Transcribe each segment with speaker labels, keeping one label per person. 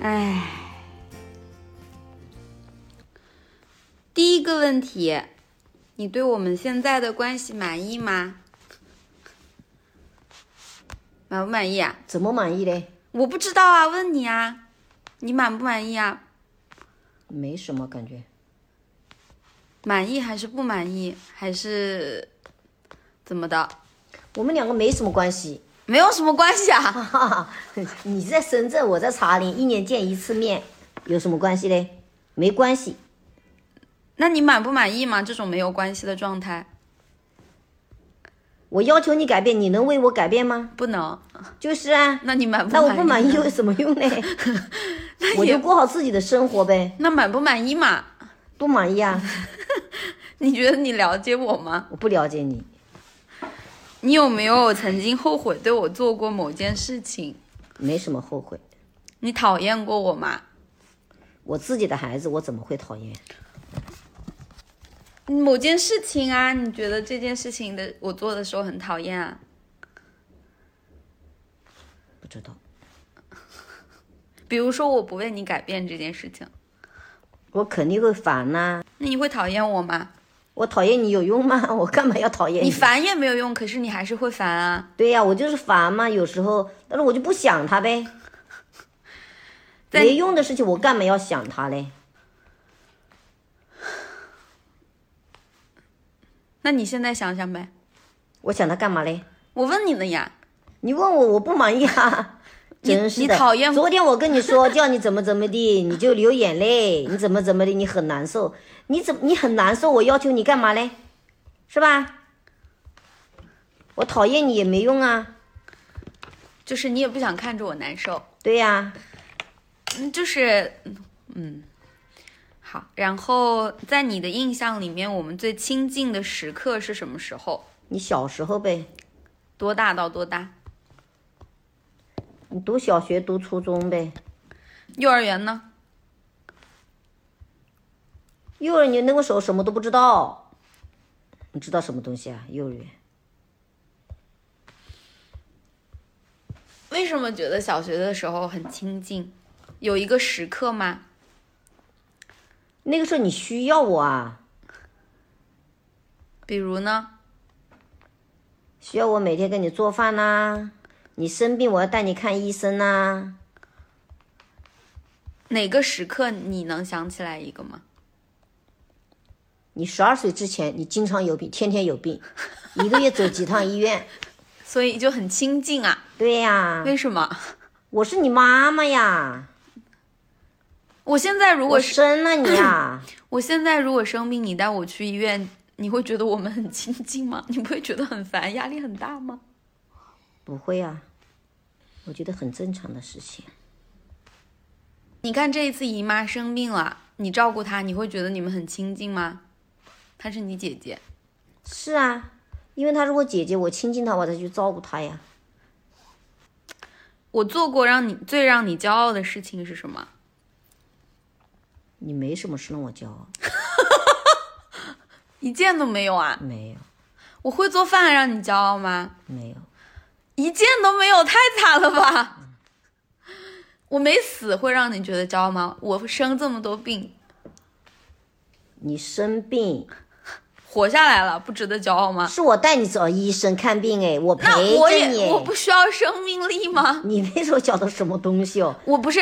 Speaker 1: 哎，第一个问题，你对我们现在的关系满意吗？满不满意啊？
Speaker 2: 怎么满意嘞？
Speaker 1: 我不知道啊，问你啊，你满不满意啊？
Speaker 2: 没什么感觉，
Speaker 1: 满意还是不满意，还是怎么的？
Speaker 2: 我们两个没什么关系。
Speaker 1: 没有什么关系啊。
Speaker 2: 哈哈，你在深圳，我在茶陵，一年见一次面，有什么关系嘞？没关系，
Speaker 1: 那你满不满意吗？这种没有关系的状态，
Speaker 2: 我要求你改变，你能为我改变吗？
Speaker 1: 不能。
Speaker 2: 就是啊，
Speaker 1: 那你满不
Speaker 2: 那
Speaker 1: 满意？
Speaker 2: 我不满意有什么用嘞？我就过好自己的生活呗，
Speaker 1: 那满不满意嘛？
Speaker 2: 多满意啊！
Speaker 1: 你觉得你了解我吗？
Speaker 2: 我不了解你，
Speaker 1: 你有没有曾经后悔对我做过某件事情？
Speaker 2: 没什么后悔。
Speaker 1: 你讨厌过我吗？
Speaker 2: 我自己的孩子，我怎么会讨厌？
Speaker 1: 某件事情啊，你觉得这件事情的我做的时候很讨厌啊？
Speaker 2: 不知道，
Speaker 1: 比如说我不为你改变这件事情，
Speaker 2: 我肯定会烦呐、
Speaker 1: 那你会讨厌我吗？
Speaker 2: 我讨厌你有用吗？我干嘛要讨厌
Speaker 1: 你烦也没有用，可是你还是会烦啊。
Speaker 2: 对呀、我就是烦嘛，有时候，但是我就不想他呗。
Speaker 1: 在
Speaker 2: 没用的事情，我干嘛要想他嘞？
Speaker 1: 那你现在想想呗。
Speaker 2: 我想他干嘛嘞？
Speaker 1: 我问你呢呀，
Speaker 2: 你问我，我不满意啊！
Speaker 1: 你
Speaker 2: 真是的，
Speaker 1: 你讨厌
Speaker 2: 昨天我跟你说 叫你怎么怎么的，你就流眼泪，你怎么怎么的，你很难受，你怎你很难受，我要求你干嘛嘞？是吧？我讨厌你也没用啊。
Speaker 1: 就是你也不想看着我难受，
Speaker 2: 对呀、
Speaker 1: 嗯，就是，嗯，好。然后在你的印象里面，我们最亲近的时刻是什么时候？
Speaker 2: 你小时候呗，
Speaker 1: 多大到多大？
Speaker 2: 你读小学读初中呗，
Speaker 1: 幼儿园呢？
Speaker 2: 幼儿园那个时候什么都不知道，你知道什么东西啊？幼儿园
Speaker 1: 为什么觉得小学的时候很亲近？有一个时刻吗？
Speaker 2: 那个时候你需要我啊，
Speaker 1: 比如呢？
Speaker 2: 需要我每天给你做饭呐、你生病我要带你看医生呐、啊
Speaker 1: 哪个时刻你能想起来一个吗？
Speaker 2: 你十二岁之前，你经常有病，天天有病，一个月走几趟医院。
Speaker 1: 所以就很亲近啊。
Speaker 2: 对呀、
Speaker 1: 为什么？
Speaker 2: 我是你妈妈呀，
Speaker 1: 我现在如
Speaker 2: 我
Speaker 1: 果是
Speaker 2: 生了你呀，
Speaker 1: 我现在如果生病，你带我去医院，你会觉得我们很亲近吗？ 你不会觉得很烦、压力很大吗？
Speaker 2: 不会啊，我觉得很正常的事情。
Speaker 1: 你看这一次姨妈生病了，你照顾她，你会觉得你们很亲近吗？她是你姐姐，
Speaker 2: 是啊，因为她是我姐姐，我亲近她，我才去照顾她呀。
Speaker 1: 我做过让你最让你骄傲的事情是什么？
Speaker 2: 你没什么事让我骄傲，
Speaker 1: 一件都没有啊！
Speaker 2: 没有，
Speaker 1: 我会做饭让你骄傲吗？
Speaker 2: 没有，
Speaker 1: 一件都没有，太惨了吧！我没死会让你觉得骄傲吗？我生这么多病，
Speaker 2: 你生病
Speaker 1: 活下来了，不值得骄傲吗？
Speaker 2: 是我带你找医生看病哎，我陪
Speaker 1: 那我
Speaker 2: 着你
Speaker 1: 也我
Speaker 2: 哎。
Speaker 1: 不需要生命力吗？
Speaker 2: 你那时候讲的什么东西哦？
Speaker 1: 我不是，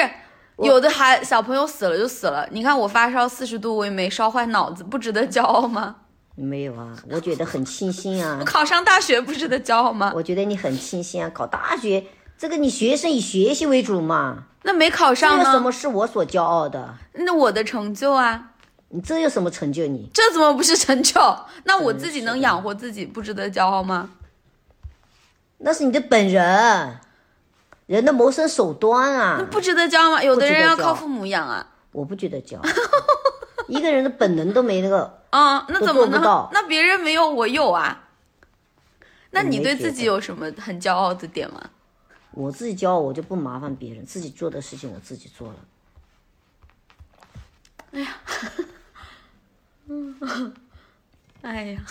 Speaker 1: 有的还小朋友死了就死了。你看我发烧四十度，我也没烧坏脑子，不值得骄傲吗？
Speaker 2: 没有啊，我觉得很庆幸啊
Speaker 1: 我。考上大学不值得骄傲吗？
Speaker 2: 我觉得你很庆幸啊，考大学这个你学生以学习为主嘛，
Speaker 1: 那没考
Speaker 2: 这
Speaker 1: 上
Speaker 2: 有什
Speaker 1: 呢？
Speaker 2: 么是我所骄傲的？
Speaker 1: 那我的成就啊，
Speaker 2: 你这有什么成就你？
Speaker 1: 这怎么不是成就？那我自己能养活自己，不值得骄傲吗？
Speaker 2: 那是你的本人，人的谋生手段啊！
Speaker 1: 不值得骄傲吗？有的人要
Speaker 2: 不值得骄傲
Speaker 1: 靠父母养啊。
Speaker 2: 我不觉得骄傲，一个人的本能都没那个，
Speaker 1: 啊、那
Speaker 2: 都
Speaker 1: 怎么
Speaker 2: 做不
Speaker 1: 呢
Speaker 2: 到？
Speaker 1: 那别人没有，我有啊。那
Speaker 2: 我
Speaker 1: 你
Speaker 2: 没
Speaker 1: 对
Speaker 2: 觉
Speaker 1: 自己
Speaker 2: 得
Speaker 1: 有什么很骄傲的点吗？
Speaker 2: 我自己骄傲，我就不麻烦别人，自己做的事情我自己做了。
Speaker 1: 哎 呀，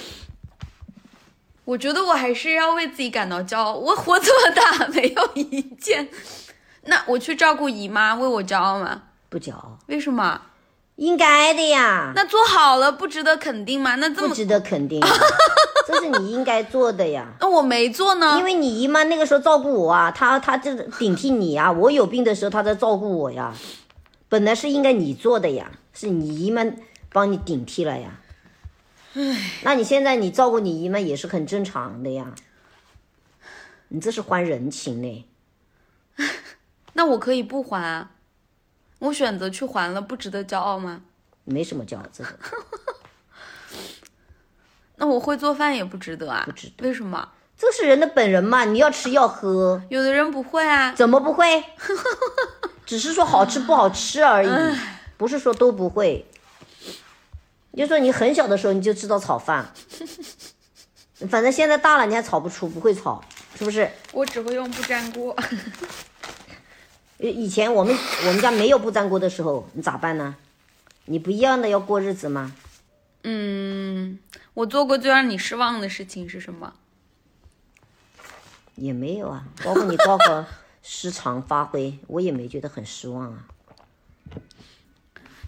Speaker 1: 我觉得我还是要为自己感到骄傲。我活这么大，没有一件那我去照顾姨妈，为我骄傲吗？
Speaker 2: 不骄傲，
Speaker 1: 为什么？
Speaker 2: 应该的呀，
Speaker 1: 那做好了不值得肯定吗？那这
Speaker 2: 不
Speaker 1: 么，
Speaker 2: 值得肯定啊， 这是你应该做的呀。
Speaker 1: 那我没做呢
Speaker 2: 因？为你姨妈那个时候照顾我啊，她她就是顶替你啊，我有病的时候她在照顾我呀，本来是应该你做的呀，是你姨妈帮你顶替了呀。那你现在你照顾你姨妈也是很正常的呀，你这是还人情嘞。
Speaker 1: 那我可以不还啊？我选择去还了，不值得骄傲吗？
Speaker 2: 没什么骄傲，这个
Speaker 1: 那我会做饭也不值得啊？
Speaker 2: 不值
Speaker 1: 为什么？
Speaker 2: 这是人的本人嘛，你要吃要喝，
Speaker 1: 有的人不会啊。
Speaker 2: 怎么不会？ 只是说好吃不好吃而已，不是说都不会。你就说你很小的时候你就知道炒饭，反正现在大了你还炒不出，不会炒，是不是？
Speaker 1: 我只会用不粘锅。
Speaker 2: 以前我们我们家没有不粘锅的时候，你咋办呢？你不一样的要过日子吗？
Speaker 1: 嗯， 我做过最让你失望的事情是什么？
Speaker 2: 也没有啊，包括你高考失常发挥，我也没觉得很失望啊。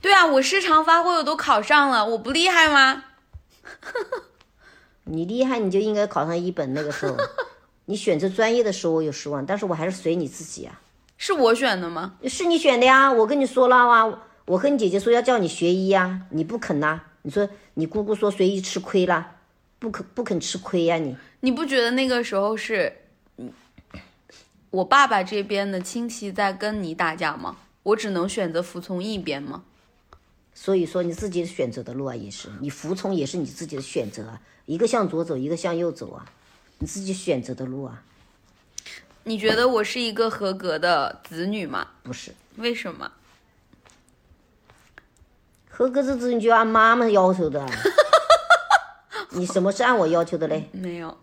Speaker 1: 对啊，我失常发挥，我都考上了，我不厉害吗？
Speaker 2: 你厉害，你就应该考上一本。那个时候，你选择专业的时候我有失望，但是我还是随你自己啊，
Speaker 1: 是我选的吗？
Speaker 2: 是你选的呀。我跟你说了啊，我和你姐姐说要叫你学医啊，你不肯呐、你说你姑姑说学医吃亏啦，不肯不肯吃亏呀、你。
Speaker 1: 你不觉得那个时候是，嗯我爸爸这边的亲戚在跟你打架吗？我只能选择服从一边吗？
Speaker 2: 所以说你自己选择的路啊，也是你服从也是你自己的选择啊，一个向左走，一个向右走啊，你自己选择的路啊，
Speaker 1: 你觉得我是一个合格的子女吗？
Speaker 2: 不是。
Speaker 1: 为什么？
Speaker 2: 合格日子你就按妈妈要 求的啊，你什么是按我要求的嘞？
Speaker 1: 没有，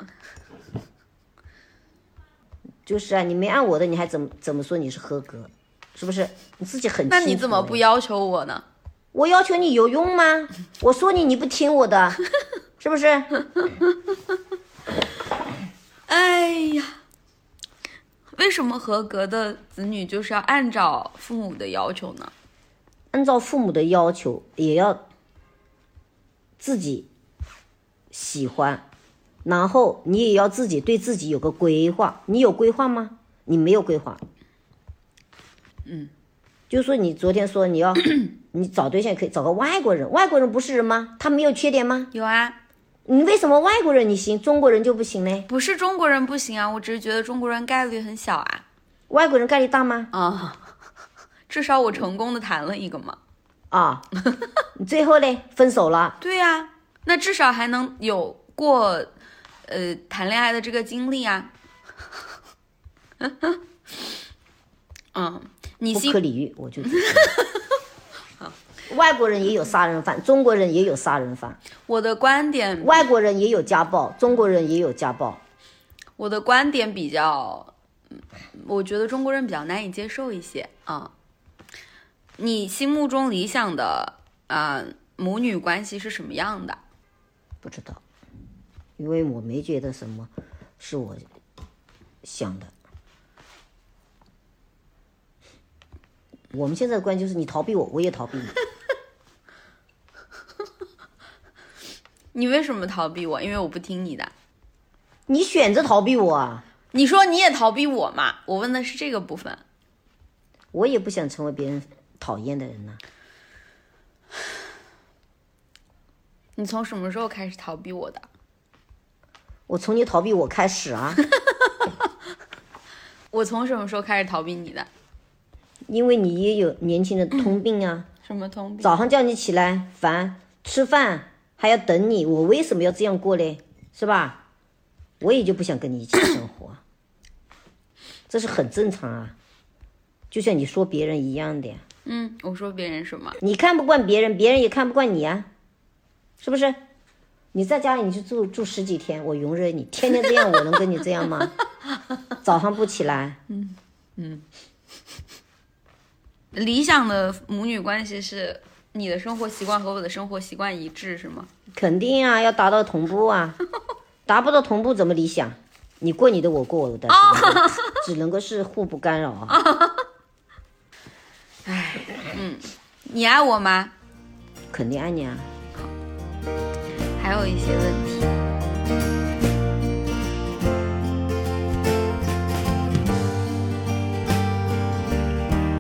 Speaker 2: 就是啊，你没按我的，你还怎么怎么说你是合格？是不是？你自己很哎
Speaker 1: 那
Speaker 2: 清
Speaker 1: 你
Speaker 2: 楚
Speaker 1: 怎么
Speaker 2: 的
Speaker 1: 不？要求我呢？
Speaker 2: 我要求你有用吗？我说你你不听我的，是不是？
Speaker 1: 哎呀，为什么合格的子女就是要按照父母的要求呢？
Speaker 2: 按照父母的要求，也要自己喜欢，然后你也要自己对自己有个规划。你有规划吗？你没有规划。嗯，就说你昨天说你要，你找对象也可以找个外国人，外国人不是人吗？他没有缺点吗？
Speaker 1: 有啊，
Speaker 2: 你为什么外国人你行，中国人就不行呢？
Speaker 1: 不是中国人不行啊，我只是觉得中国人概率很小啊。
Speaker 2: 外国人概率大吗？
Speaker 1: 啊、至少我成功的谈了一个嘛。
Speaker 2: 啊，你最后嘞分手了，
Speaker 1: 对呀、那至少还能有过，呃，谈恋爱的这个经历啊。 嗯，你
Speaker 2: 不
Speaker 1: 信
Speaker 2: 可理喻，我就觉得 外国人也有杀人犯，中国人也有杀人犯，
Speaker 1: 我的观点，
Speaker 2: 外国人也有家暴，中国人也有家暴。
Speaker 1: 我的观点比较，嗯我觉得中国人比较难以接受一些啊、你心目中理想的啊、母女关系是什么样的？
Speaker 2: 不知道，因为我没觉得什么是我想的。我们现在的关系就是你逃避我，我也逃避你。
Speaker 1: 你为什么逃避我？因为我不听你的。
Speaker 2: 你选择逃避我啊，
Speaker 1: 你说你也逃避我嘛？我问的是这个部分。
Speaker 2: 我也不想成为别人讨厌的人呐、
Speaker 1: 你从什么时候开始逃避我的？
Speaker 2: 我从你逃避我开始啊，
Speaker 1: 我从什么时候开始逃避你的？
Speaker 2: 因为你也有年轻的通病啊。
Speaker 1: 什么通病？
Speaker 2: 早上叫你起来烦，吃饭还要等你，我为什么要这样过嘞？是吧？我也就不想跟你一起生活， 这是很正常啊，就像你说别人一样的呀。
Speaker 1: 嗯，我说别人什么？
Speaker 2: 你看不惯别人，别人也看不惯你啊，是不是？你在家里你就住住十几天，我容忍你，天天这样，我能跟你这样吗？早上不起来，
Speaker 1: 理想的母女关系是你的生活习惯和我的生活习惯一致，是吗？
Speaker 2: 肯定啊，要达到同步啊，达不到同步怎么理想？你过你的，我过我的，只能够是互不干扰啊。
Speaker 1: 你爱我吗？
Speaker 2: 肯定爱你啊。
Speaker 1: 还有一些问题。